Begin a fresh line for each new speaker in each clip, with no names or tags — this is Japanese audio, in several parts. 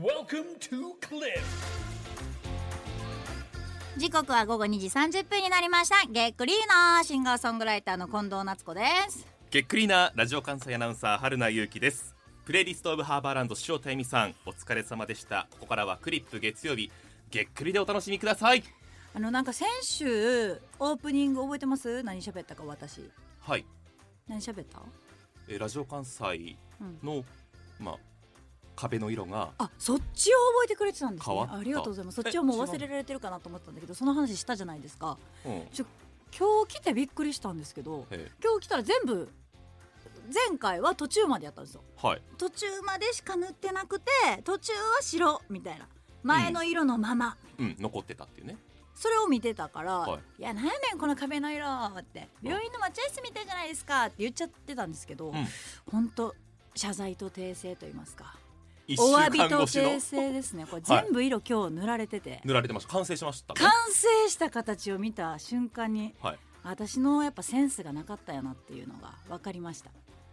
Welcome to Cliff.
時刻は午後2時30分になりましたげっくりーなシンガーソングライターの近藤夏子です
げっくりなラジオ関西アナウンサー春名優輝ですプレイリストオブハーバーランド塩田恵美さんお疲れ様でしたここからはクリップ月曜日げっくりでお楽しみください
あのなんか先週オープニング覚えてます何喋ったか私
はい、
何喋った
えーラジオ関西
うん
のまあ壁の色が
あそっちを覚えてくれてたんです
変わ
ね
った
ありがとうございますそっちはもう忘れられてるかなと思ったんだけどその話したじゃないですか
うん、
今日来てびっくりしたんですけど
え
今日来たら全部前回は途中までやったんですよ
ーはい
途中までしか塗ってなくて途中は白みたいな前の色のまま、
うん残ってたっていうね
それを見てたから「
はい
い、やなんやねんこの壁の色」って「病院の待合室みたいじゃないですか」って言っちゃってたんですけど、
うん
ほんと謝罪と訂正と言いますか
一
お詫
週
び
間
と
越しの
訂正ですねこれ全部色今日塗られてて、
塗られてました完成しましたね
完成した形を見た瞬間に
はい、
私のやっぱセンスがなかったよなっていうのが分かりました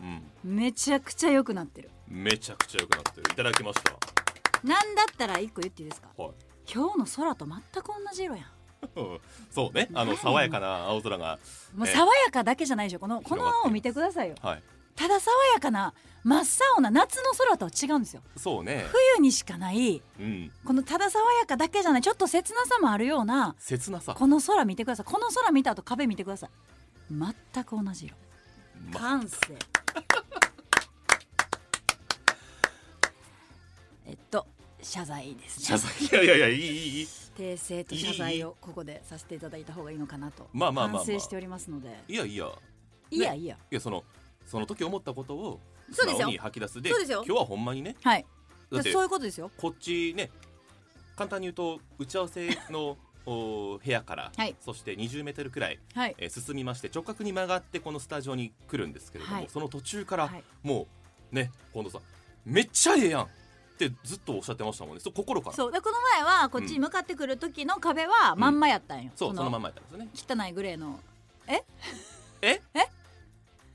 う
めちゃくちゃ良くなってる
ん、めちゃくちゃ良くなってるいただきました
なんだったら一個言っていいですか
はい
今日の空と全く同じ色やん
そうねあの爽やかな青空が
もう
ええ
爽やかだけじゃないでしょこのこの青を見てくださいよ
はい
ただ爽やかな真っ青な夏の空とは違うんですよ
そうね
冬にしかない
うん
このただ爽やかだけじゃないちょっと切なさもあるような
切なさ
この空見てくださいこの空見た後壁見てください全く同じ色
ま
感 性えっと謝罪 ですね
謝罪いやいやいやいいいいいい
訂正と謝罪をここでさせていただいた方がいいのかなと
まあまあまあまあ
反省しておりますので
いやいや
いやいや
いやそのその時思ったことを
そう
素
ですよ
直に吐き出すで
そうですよ
今日はほんまにね
はいじ
だっ
ゃ
て
あそういうことですよ
こっちね簡単に言うと打ち合わせの お部屋から、
はい
そして20メートルくらい、
はい
えー進みまして直角に曲がってこのスタジオに来るんですけれども、
はい
その途中から、
はい
もうね近藤さんめっちゃええやんってずっとおっしゃってましたもんねそう心からそう
そうでこの前はこっちに向かってくる時の壁はまんまやったんよ、
そのまんまやったんですよね
汚いグレーの
え
え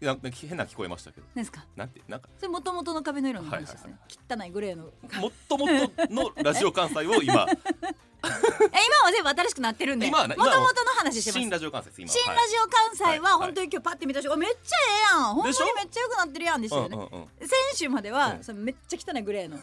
いやなんか変な聞こえましたけど
何ですか
なんてなんか
それもともとの壁の色の話ですね、
はいはい
汚いグレーのえ
もっともっとのラジオ関西を 今
今は全部新しくなってるんでも
今は
と
ね
もと
今は
の話してます
新
新ラ
ラジオ関西です
ジ
今
オ関西
は
はい本当に今日パッて見たし、おめっちゃええやん本当に
でしょ
めっちゃ良くなってるやんですよね、
はいうんうんうん
先週までは、
うん
そのめっちゃ汚いグレーの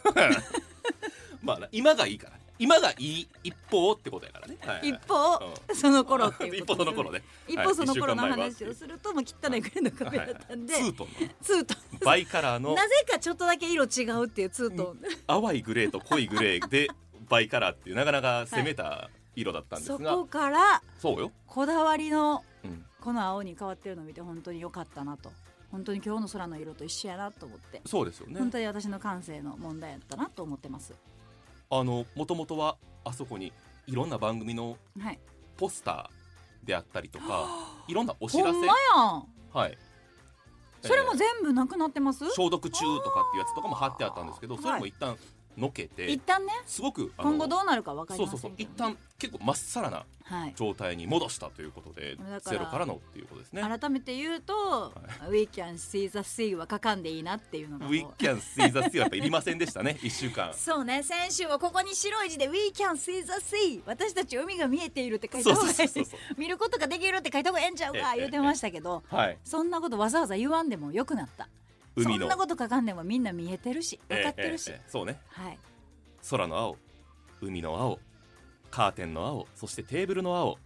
まあな今がいいからね今がいい一方ってことやからね、はい
一方、その頃っていう
一
こ
方
とです
その頃ね
一方その頃の
はい
話
一週間前は
をするともう汚いグレーの壁だった んで、
ツートンのね
ツートン
バイカラーの
なぜかちょっとだけ色違うっていうツートン
淡いグレーと濃いグレ ーでバイカラーっていうなかなか攻めた色だったんです
そ
が、
こから
そうよ、
こだわりの
うん、
この青に変わってるのを見て本当に良かったなと本当に今日の空の色と一緒やなと思って、
そうですよね
本当に私の感性の問題やったなと思ってます
あのもともとはあそこにいろんな番組の
はい
ポスターであったりとか
あ
いろんなお知
ほ
ら
ん
せ
まやん
はい
それも
えー
全部なくなってます、
消毒中とかっていうやつとかも貼ってあったんですけどそれも一旦のけて、
一旦ね
すごくあの
今後どうなるか分かり
そ
ま
う
せ
そ
ん
う
け
そ
ど
う
ね、
一旦結構まっさらな
はい
状態に戻したということで
だから
ゼロからのっていうことですね。
改めて言うと「We can see the sea」は書かんでいいなっていうのがもう
We can see the sea はやっぱいりませんでしたね一週間。
そうね先週はここに白い字で「We can see the sea」私たち海が見えているって書いた方がいい
そう
見ることができるって書いた方がええんちゃう
え
か
え
言うてましたけど
はい
そんなことわざわざ言わんでもよくなったそ
海
ん
の
なこと書かんでもみんな見えてるし分かってるし
ええええええそうね
はい
空の青海の青カーテンの青そしてテーブルの青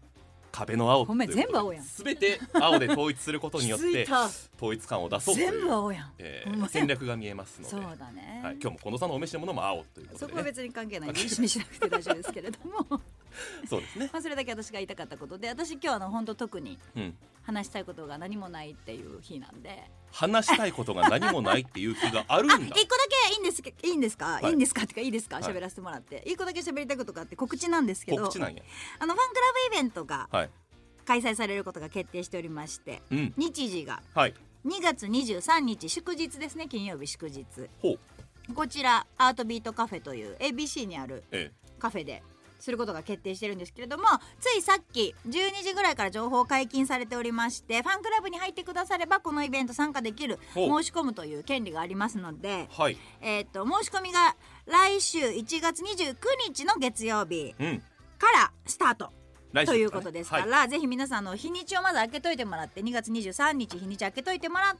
壁の青
ほんまや
ということ
全
で
部青やん
全て青で統一することに
気
よっ
づ
て
いた
統一感を出そうという
全部青やん
え
ほんま
ー、
や
戦略が見えますので、
そ
は
うだね
い、今日も近藤さんのお召しのものも青ということ
そ
で、
こは
ね、
別に関係ない んで気にしなくて大丈夫ですけれどもま
そうですね、
あそれだけ私が言いたかったことで私今日あの本当特に
うん、
話したいことが何もないっていう日なんで
話したいことが何もないっていう気があるんだ
一個だ けいいんですけいいんですか、
はい
い、いんですかってかいいですか
はい
喋らせてもらって一個だけ喋りたいことがあって告知なんですけど
告知なんや
あのファンクラブイベントが
はい
開催されることが決定しておりまして
うん
日時が
はい
2月23日祝日ですね金曜日祝日
ほう
こちらアートビートカフェという ABC にある
え
カフェですることが決定してるんですけれどもついさっき12時ぐらいから情報解禁されておりましてファンクラブに入ってくださればこのイベント参加できる
ほう
申し込むという権利がありますので、
えはい
えー、と申し込みが来週1月29日の月曜日
うん
からスタート
来週
ということですから、
はい
ぜひ皆さんあの日にちをまず開けといてもらって2月23日日にち開けといてもらって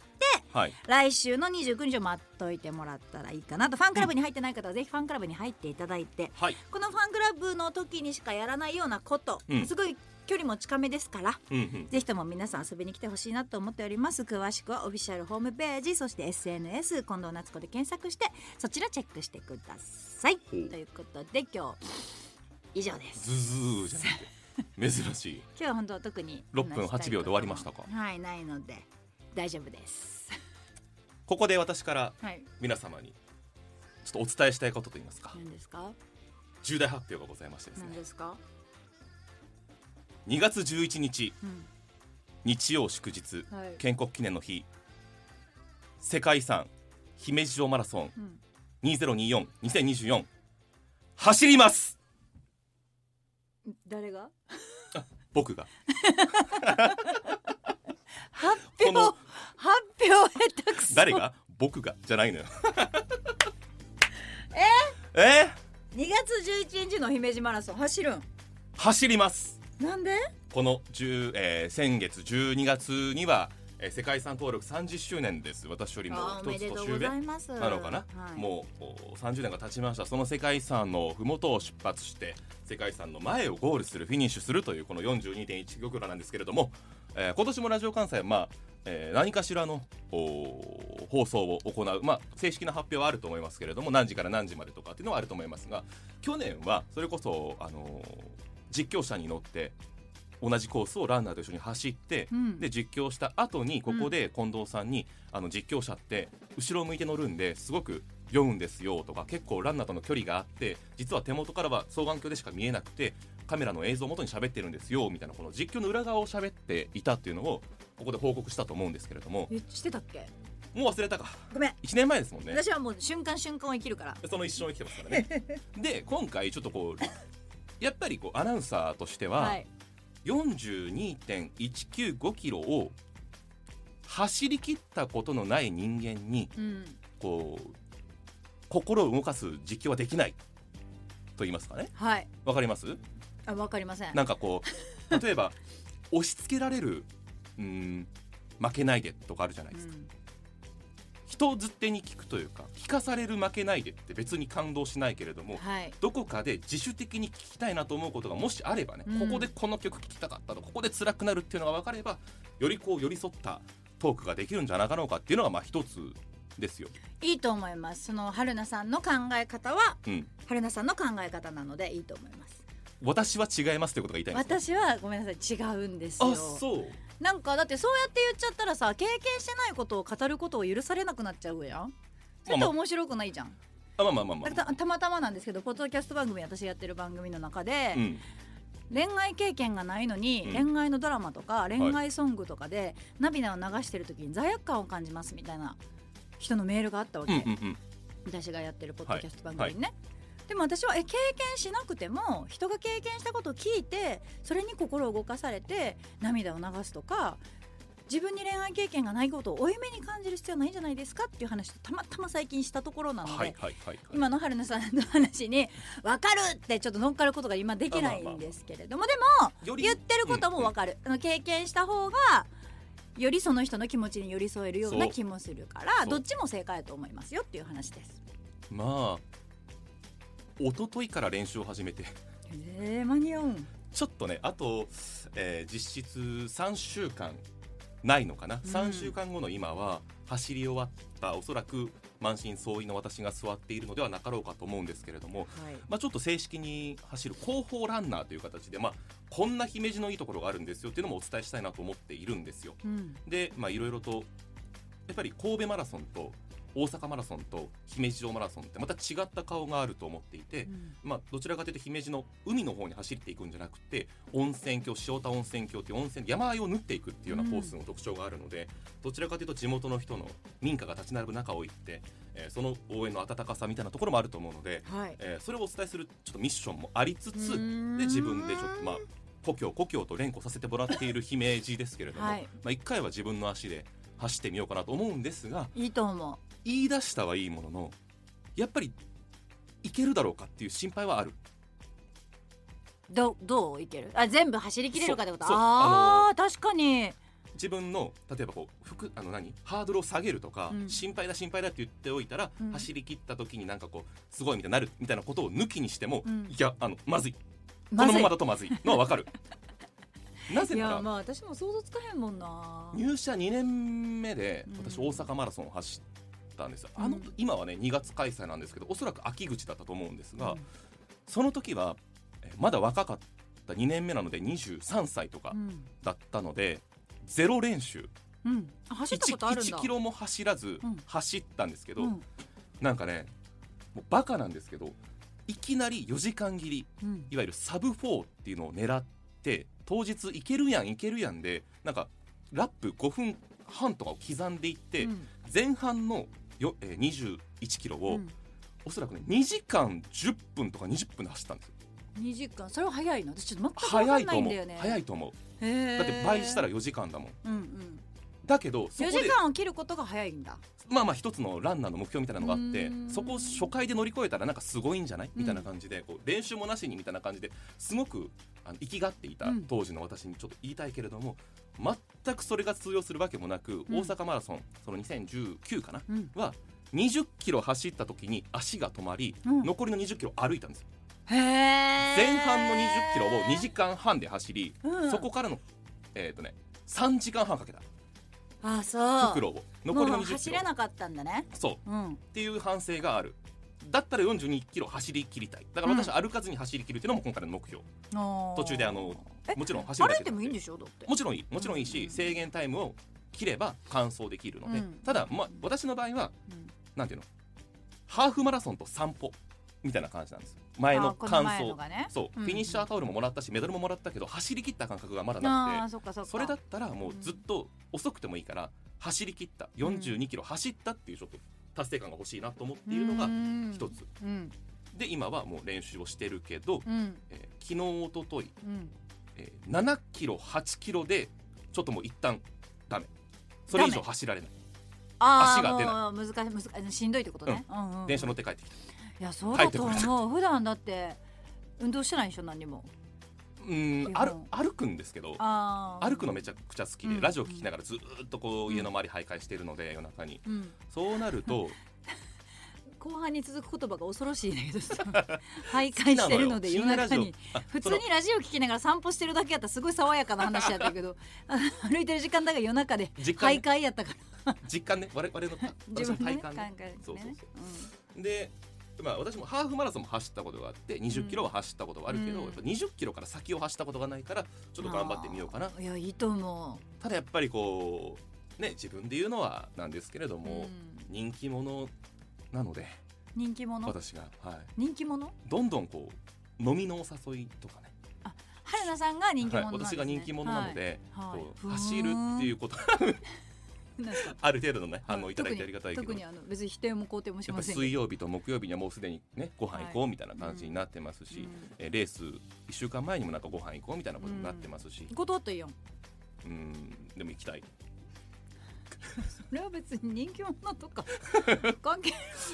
はい
来週の29日を待っといてもらったらいいかなとファンクラブに入ってない方はぜひファンクラブに入っていただいて
はい
このファンクラブの時にしかやらないようなこと、
うん
すごい距離も近めですから
うんうん
ぜひとも皆さん遊びに来てほしいなと思っております詳しくはオフィシャルホームページそして SNS 近藤夏子で検索してそちらチェックしてくださいと
ほう
いうことで今日以上です
ズズーじゃなくて珍しい
今日は本当特に
6
話
分
したい
8秒で終わりましたか
こともはいないので大丈夫です
ここで私から
はい
皆様にちょっとお伝えしたいことといいますか
何ですか
重大発表がございましてです
何
ね
ですか
2月11日
うん
日曜祝日
はい
建国記念の日世界遺産姫路城マラソン
うん
2024-2024走ります
誰が
僕が
発
こ
表
の
発表下手くそ
誰 が僕がじゃないのよええ
2月11日の姫路マラソン走るん
走ります
なんで
この10、えー先月12月には、えー世界遺産登録30周年です私よりも
あーおめ
一
で
つ
とう
年
ご
上
ざいます
なのかな、
はい
もうお30年が経ちましたその世界遺産の麓を出発して世界遺産の前をゴールするフィニッシュするというこの42.195キロなんですけれども、えー今年もラジオ関西は、まあえー何かしらのお放送を行う、まあ、正式な発表はあると思いますけれども何時から何時までとかっていうのはあると思いますが去年はそれこそ、あのー実況車に乗って同じコースをランナーと一緒に走って、
うん
で実況した後にここで近藤さんに、あの実況者って後ろを向いて乗るんですごく酔うんですよとか結構ランナーとの距離があって実は手元からは双眼鏡でしか見えなくてカメラの映像を元に喋ってるんですよみたいなこの実況の裏側を喋っていたっていうのをここで報告したと思うんですけれども
えしてたっけ
もう忘れたか
ごめん
1年前ですもんね
私はもう瞬間瞬間を生きるから
その一生を生きてますから ねで今回ちょっとこうやっぱりこうアナウンサーとしては、
はい
42.195キロを走り切ったことのない人間に
うん
こう心を動かす実況はできないと言いますかね
はい
わかります
あわかりません
なんかこう例えば押し付けられるうん負けないでとかあるじゃないうですか、
ん
人づてに聞くというか聞かされる負けないでって別に感動しないけれども
はい
どこかで自主的に聞きたいなと思うことがもしあればね、
うん
ここでこの曲聴きたかったとここで辛くなるっていうのが分かればよりこう寄り添ったトークができるんじゃなかろうかっていうのがまあ一つですよ。
いいと思いますその春菜さんの考え方は
うん、
春菜さんの考え方なのでいいと思います
私は違いますということが言いたいんです
私
ね、
はごめんなさい違うんですよ
あそう
なんかだってそうやって言っちゃったらさ経験してないことを語ることを許されなくなっちゃうやんちょっと面白くないじゃん
あまあまあまあまあ、
だたたまたまなんですけどポッドキャスト番組私やってる番組の中で、
うん、
恋愛経験がないのに、
うん
恋愛のドラマとか恋愛ソングとかで涙を流してる時に罪悪感を感じますみたいな人のメールがあったわ
う
け、
んうんうん
私がやってるポッドキャスト番組にね、でも私はえ経験しなくても人が経験したことを聞いてそれに心を動かされて涙を流すとか自分に恋愛経験がないことを負い目に感じる必要はないんじゃないですかっていう話をたまたま最近したところなので、
はいはいはいはい
今の春菜さんの話に「分かる!」ってちょっと乗っかることが今できないんですけれどもでも
より
言ってることも分かる、あの経験した方がよりその人の気持ちに寄り添えるような気もするから
そう
どっちも正解だと思いますよっていう話です。
まあ一昨日から練習を始めて
えー、間に合うん
ちょっとねあと、えー実質3週間ないのかな、
うん
3週間後の今は走り終わったおそらく満身創痍の私が座っているのではなかろうかと思うんですけれども、
はい
まあ、ちょっと正式に走る広報ランナーという形で、まあ、こんな姫路のいいところがあるんですよっていうのもお伝えしたいなと思っているんですよ。
うん
でまあいろいろとやっぱり神戸マラソンと大阪マラソンと姫路城マラソンってまた違った顔があると思っていて、
うん
まあ、どちらかというと姫路の海の方に走っていくんじゃなくて温泉郷塩田温泉郷っていう温泉山あいを縫っていくっていうようなコースの特徴があるので、どちらかというと地元の人の民家が立ち並ぶ中を行って、えーその応援の温かさみたいなところもあると思うので、
はい
えーそれをお伝えするちょっとミッションもありつつ
うーん
で自分でちょっとまあ故郷故郷と連呼させてもらっている姫路ですけれども、
はい
まあ、1回は自分の足で走ってみようかなと思うんですが
いいと思
言い出したはいいもののやっぱりいけるだろうかっていう心配はある
どどういけるあ全部走り切れるかってこと
そうそう
ああー確かに
自分の例えばこう服あの何ハードルを下げるとか、
うん
心配だ心配だって言っておいたら、
うん
走り切った時になんかこうすごいみたいになるみたいなことを抜きにしても、
うん
いやあのまずい
ま
こ
ず
の
い
ままだとまずいのはわ かるなぜ
い
な
や
ら、
まあ私も想像つかへんもんな
入社2年目で
うん
私大阪マラソンを走ったんですよあの、
うん
今はね2月開催なんですけどおそらく秋口だったと思うんですが、
うん
その時はえまだ若かった2年目なので23歳とか
うん
だったので、ゼロ練習
うんあ走ったことあるんだ
キロも走らず
うん
走ったんですけど、
うん
なんかねもうバカなんですけどいきなり4時間切り
うん
いわゆるサブ4っていうのを狙って当日いけるやんいけるやんでなんかラップ5分半とかを刻んでいって、
うん
前半のよ、えー、21キロを、
うん
おそらくね2時間10分とか20分で走ったんですよ
2時間それは早いの私ちょっと全く分
早
か
い
ん
と
ないん
思
だ
う
よね
早いと思う
へー
だって倍したら4時間だもん
うんうん
だけどそ
4
こ
時
で
間を切ることが早いんだ
まあまあ一つのランナーの目標みたいなのがあっ
う
て
ーん
そこを初回で乗り越えたらなんかすごいんじゃないみたいな感じでこう練習もなしにみたいな感じですごくあの意きがっていた
うん
当時の私にちょっと言いたいけれども全くそれが通用するわけもなく
うん
大阪マラソンその2019かな
うん
は20キロ走った時に足が止まり
うん
残りの20キロ歩いたんですよ
へえ
前半の20キロを2時間半で走り
うん
そこからのえっとね3時間半かけた
あそう
苦労を残り
も
の
う
20キ
走
ロ
れなかったんだね
そう
うん
っていう反省があるだったら42キロ走り切りたいだから私歩かずに走り切るっていうのも今回の目標、
途
途中であの
え
もちろん走る
歩
だ
い
け
て
じゃな
も
く
いいんでしょだって
もちろんいいもちろんいいし、
うん
制限タイムを切れば完走できるので、
うん
ただ、まあ、私の場合は
うん
なんていうのハーフマラソンと散歩みたいな感じなんですよ前
あ
の
ーこ
完
前
走
のがね
そう、
うん
フィニッシャータオルももらったしメダルももらったけど走り切った感覚がまだ
あ
な
ーそっかそってか
くそれだったらもうずっと遅くてもいいから走り切った42キロ走ったっていうちょっと達成感が欲しいなと思っているのが一つ。
うん
で今はもう練習をしてるけど、
うん
えー昨日一昨日、
うん
えー7キロ8キロでちょっともう一旦ダメそれ以
ダ
上
メ
走られない、
あ
足が出
あ難しい難しいしんどいってことねうんうん
電車乗って帰ってきた
いやそうだと
帰って
思う普段だって運動してないでしょ何にも
うー
基
ん歩
本
歩くんですけど
あー
歩くのめちゃくちゃ好きで、
うん
ラジオ聞きながらずーっとこう
うん
家の周り徘徊してるので夜中に
うん
そうなる と
後半に続く言葉が恐ろしいんだけど さ徘
好き
徊
な
し
の
て
よ
るので夜
深夜ラジ
中
オ
に
あ
普通
その
にラジオ聞きながら散歩してるだけやったらすごい爽やかな話やったけど あ歩いてる時間だが夜中で
実
徘
感ね
徊やったから
実感ね我々の私
自
の
分の
体
ね
感
感
ね
覚で
そうそう
ね
そうで、まあ、私もハーフマラソンも走ったことがあって20キロは走ったことはあるけど、
うん
やっぱ20キロから先を走ったことがないからちょっと頑張ってみようかな
あーいやいいと思
ただやっぱりこうね自分で言うのはなんですけれど
う、う
も、
ん、
人気者なので
人気者
私が、はい、
人気者
どんどんこう飲みのお誘いとかね
春菜さんが人気者なんです、
はい、
ね
私が人気者なの、で、
はい
こう走るっていううこと
ふーんなんか
ある程度のね反応いただいてありがたいけど
特に特にあの別に否定も肯定もし
やっ
ま
ぱり
せん
水曜日と木曜日にはもうすでにねご飯行こうみたいな感じになってますし、
うん
えーレース1週間前にもなんかご飯行こうみたいなことになってますし、
断ったらいいやん
うん、でも行きたい
それは別に人気者と か関係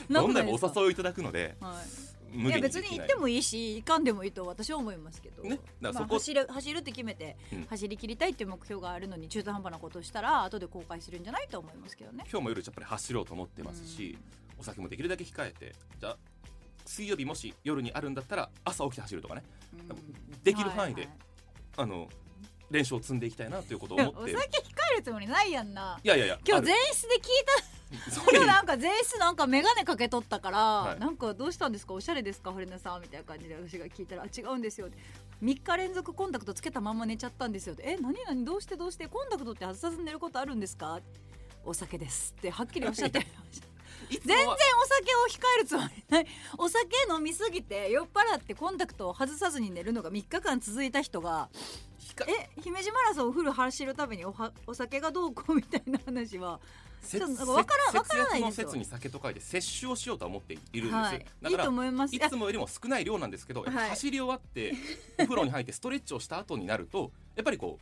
な
ど
く
ん
な
ないに
で
お
すか
誘いをいただくので
はい
無
いや
限にできない
別に行ってもいいし行かんでもいいと私は思いますけど、
ねだから
まあ
そこ
走る走るって決めて、
うん
走り切りたいっていう目標があるのに中途半端なことをしたら後で後悔するんじゃないと思いますけどね。
今日も夜やっぱり走ろうと思ってますし、お酒もできるだけ控えてじゃあ水曜日もし夜にあるんだったら朝起きて走るとかね
うん
できる範囲で
はい
あの練習を積んでいきたいなということを
はい
思っ
い
て
やお酒控えるつもりないやんない
やいやいや
今
あ
日
る
前室で聞い
そ
た
れ
今日なんか前室なんか眼鏡かけとったから、
はい
なんかどうしたんですかおしゃれですか堀田さんみたいな感じで私が聞いたらあ違うんですよって3日連続コンタクトつけたまんま寝ちゃったんですよってえ何何どうしてどうしてコンタクトって外さず寝ることあるんですかお酒ですってはっきりおっしゃ ってました
いつも
全
は
然お酒を控えるつもりないお酒飲みすぎて酔っ払ってコンタクトを外さずに寝るのが3日間続いた人が
控え
え姫路マラソンをフル走るためにおはお酒がどうこうみたいな話は
せ
ちょっと
せ
わからんわからな
節
い
約の
ですよ
節に酒と書いて摂取をしようとは思っているんですよ、
はい、
だ
いいと
から
思います
い
いや
つもよりも少ない量なんですけど、やっぱ
はい
走り終わってお風呂に入ってストレッチをした後になるとやっぱりこ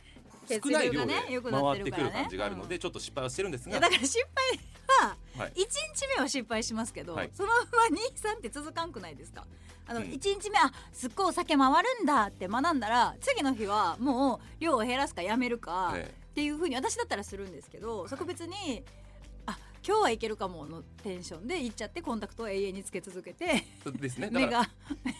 う少
血
ない
流
量
が
で
ね
回
良くなってる
って
か
く
らね
る感じがあるので、ちょっと失敗はしてるんです
い
が
やだから失敗は
はい
1日目は失敗しますけど、
はい
そのまま23って続かんくないですかあの、
うん
1日目あすっごいお酒回るんだって学んだら次の日はもう量を減らすかやめるか
ええ
っていうふうに私だったらするんですけどそこ別にあ今日はいけるかものテンションで行っちゃってコンタクトを永遠につけ続けて
そうですねだ
目
から
が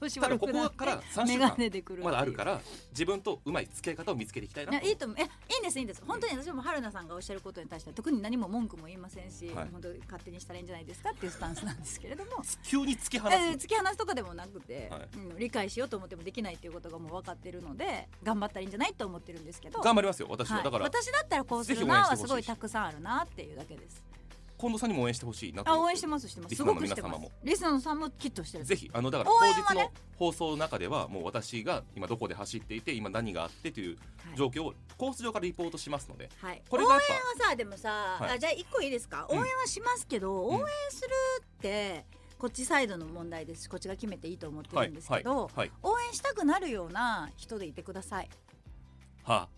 調子悪くな
ただこ
っ
こから
て
三週
眼
間
鏡でくるっていう
まだあるから自分とうまい付き合い方を見つけていきたいないと
やいいと思うえいいんですいいんです本当に私も春菜さんがおっしゃることに対しては特に何も文句も言いませんし、
はい
本当に勝手にしたらいいんじゃないですかっていうスタンスなんですけれ ども
急に突き放す
えー突き放すとかでもなくて、
はい
うん理解しようと思ってもできないっていうことがもう分かってるので頑張ったらいいんじゃないと思ってるんですけど
頑張りますよ私は、
はい
だから
私だったらこうする
ぜひ応援
な
して
は
ほしい
すごいたくさんあるなっていうだけです
近藤さんにも応援してほしいなと
あ
思
応
っ
援してますしてます
リ
す
スナー
ごく
の
して
皆
ま
様
す
も
リスナーさんもきっとしてる
ぜひあのだから
応
当
援は
日
ね
の放送の中ではもう私が今どこで走っていて今何があってという
はい
状況をコース上からリポートしますので、
はい、
これ
応
が
援
やっ
は
ぱ
さでもさ、
はい
あじゃあ一個いいですか応
うん
援はしますけど、
うん
応援するってこっちサイドの問題ですしこっちが決めていいと思ってるんですけど、
はい
応援したくなるような人でいてください
は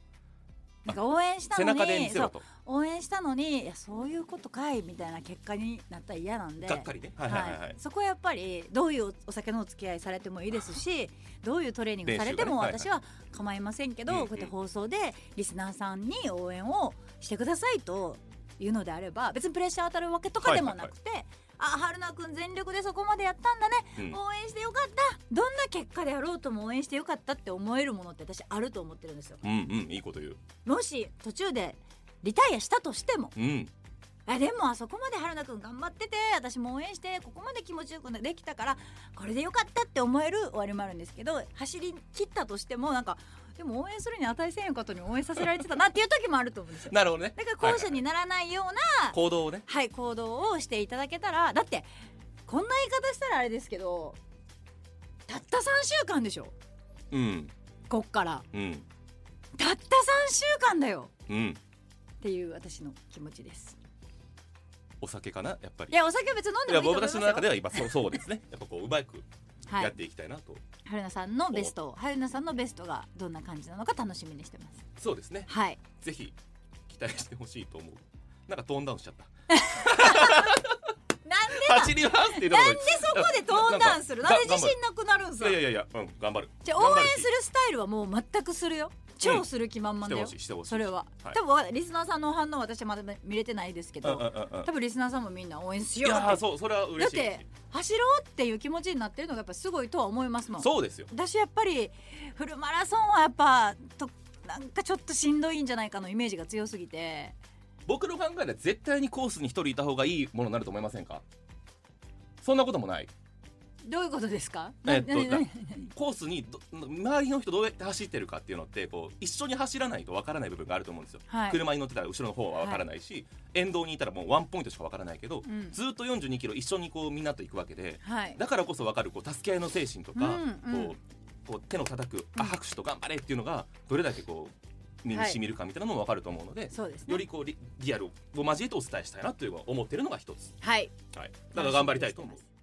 なんか応援した
背
の
中で見
に
せ
そ
ろ
う
と
応援したのにいやそういうことかいみたいな結果になったら嫌なんで
がっかりねはいはいはい、は
はい
い、
そこはやっぱりどういうお酒のお付き合いされてもいいですしどういうトレーニングされても
練習
私
が
は構いませんけど、
うんうん
こうやって放送でリスナーさんに応援をしてくださいというのであれば別にプレッシャー当たるわけとかでもなくて、あ春菜くん全力でそこまでやったんだね
うん
応援してよかったどんな結果であろうとも応援してよかったって思えるものって私あると思ってるんですよ。
うんうんいいこと言う
もし途中でリタイアしたとしても
うん
あでもあそこまで春菜くん頑張ってて私も応援してここまで気持ちよくできたからこれでよかったって思える終わりもあるんですけど走り切ったとしてもなんかでも応援するに値せんよことに応援させられてたなっていう時もあると思うんですよ。
なるほどね
だから後者
はい
にならないような、
はい行動をね
はい、行動をしていただけたらだってこんな言い方したらあれですけどたった3週間でしょ
うん
こっから
うん
たった3週間だよ
うん
っていう私の気持ちです。
お酒かなやっぱり
いやお酒は別に飲ん
い
で
や
もいいと思いま
私
すよ。
の中では今そうそうですね やっぱこううまく
はい
やっていきたいなと、
春菜さんのベストを春菜さんのベストがどんな感じなのか楽しみにしてます
そうですね
はい
ぜひ期待してほしいと思うなんかトーンダウンしちゃった
なんで
走りますっていうとこ
な
ろ
んでそこでトーンダウンするなんで自信なくなるんす
い
か
やいやいや、うん、頑張る。
じゃあ
頑
応
張
援
し
するスタイルはもう全くするよ超する気満々だよ
してほしい、してほしい。
それは、
はい
多分リスナーさんの反応は私はまだ見れてないですけ
うんうんうん
ど
うん。
多分リスナーさんもみんな応援し
い
よう
やー、
って
そう、それは
だっ
嬉しい。
て走ろうっていう気持ちになってるのがやっぱすごいとは思いますもん
そうですよ。
私やっぱりフルマラソンはやっぱとなんかちょっとしんどいんじゃないかのイメージが強すぎて
僕の考えでは絶対にコースに一人いた方がいいものになると思いませんか。そんなこともない。
どういうことですか？
えっと
ななな
なコースにど周りの人どうやって走ってるかっていうのってこう一緒に走らないとわからない部分があると思うんですよ、
はい
車に乗ってたら後ろの方はわからないし、沿道にいたらもうワンポイントしかわからないけど、
うん
ずっと42キロ一緒にこうみんなと行くわけで
はい。
だからこそわかるこう助け合いの精神とか、
うんうん
こうこう手の叩く、
う
あ
ん
拍手と頑張れっていうのがどれだけこう身にしみるかみたいなのもわかると思うので、
そうですね。
よりこうリリアルを交えてお伝えしたいなというのは思ってるのが一つ、
はい。
はい、だから頑張りたいと思う
楽しみにして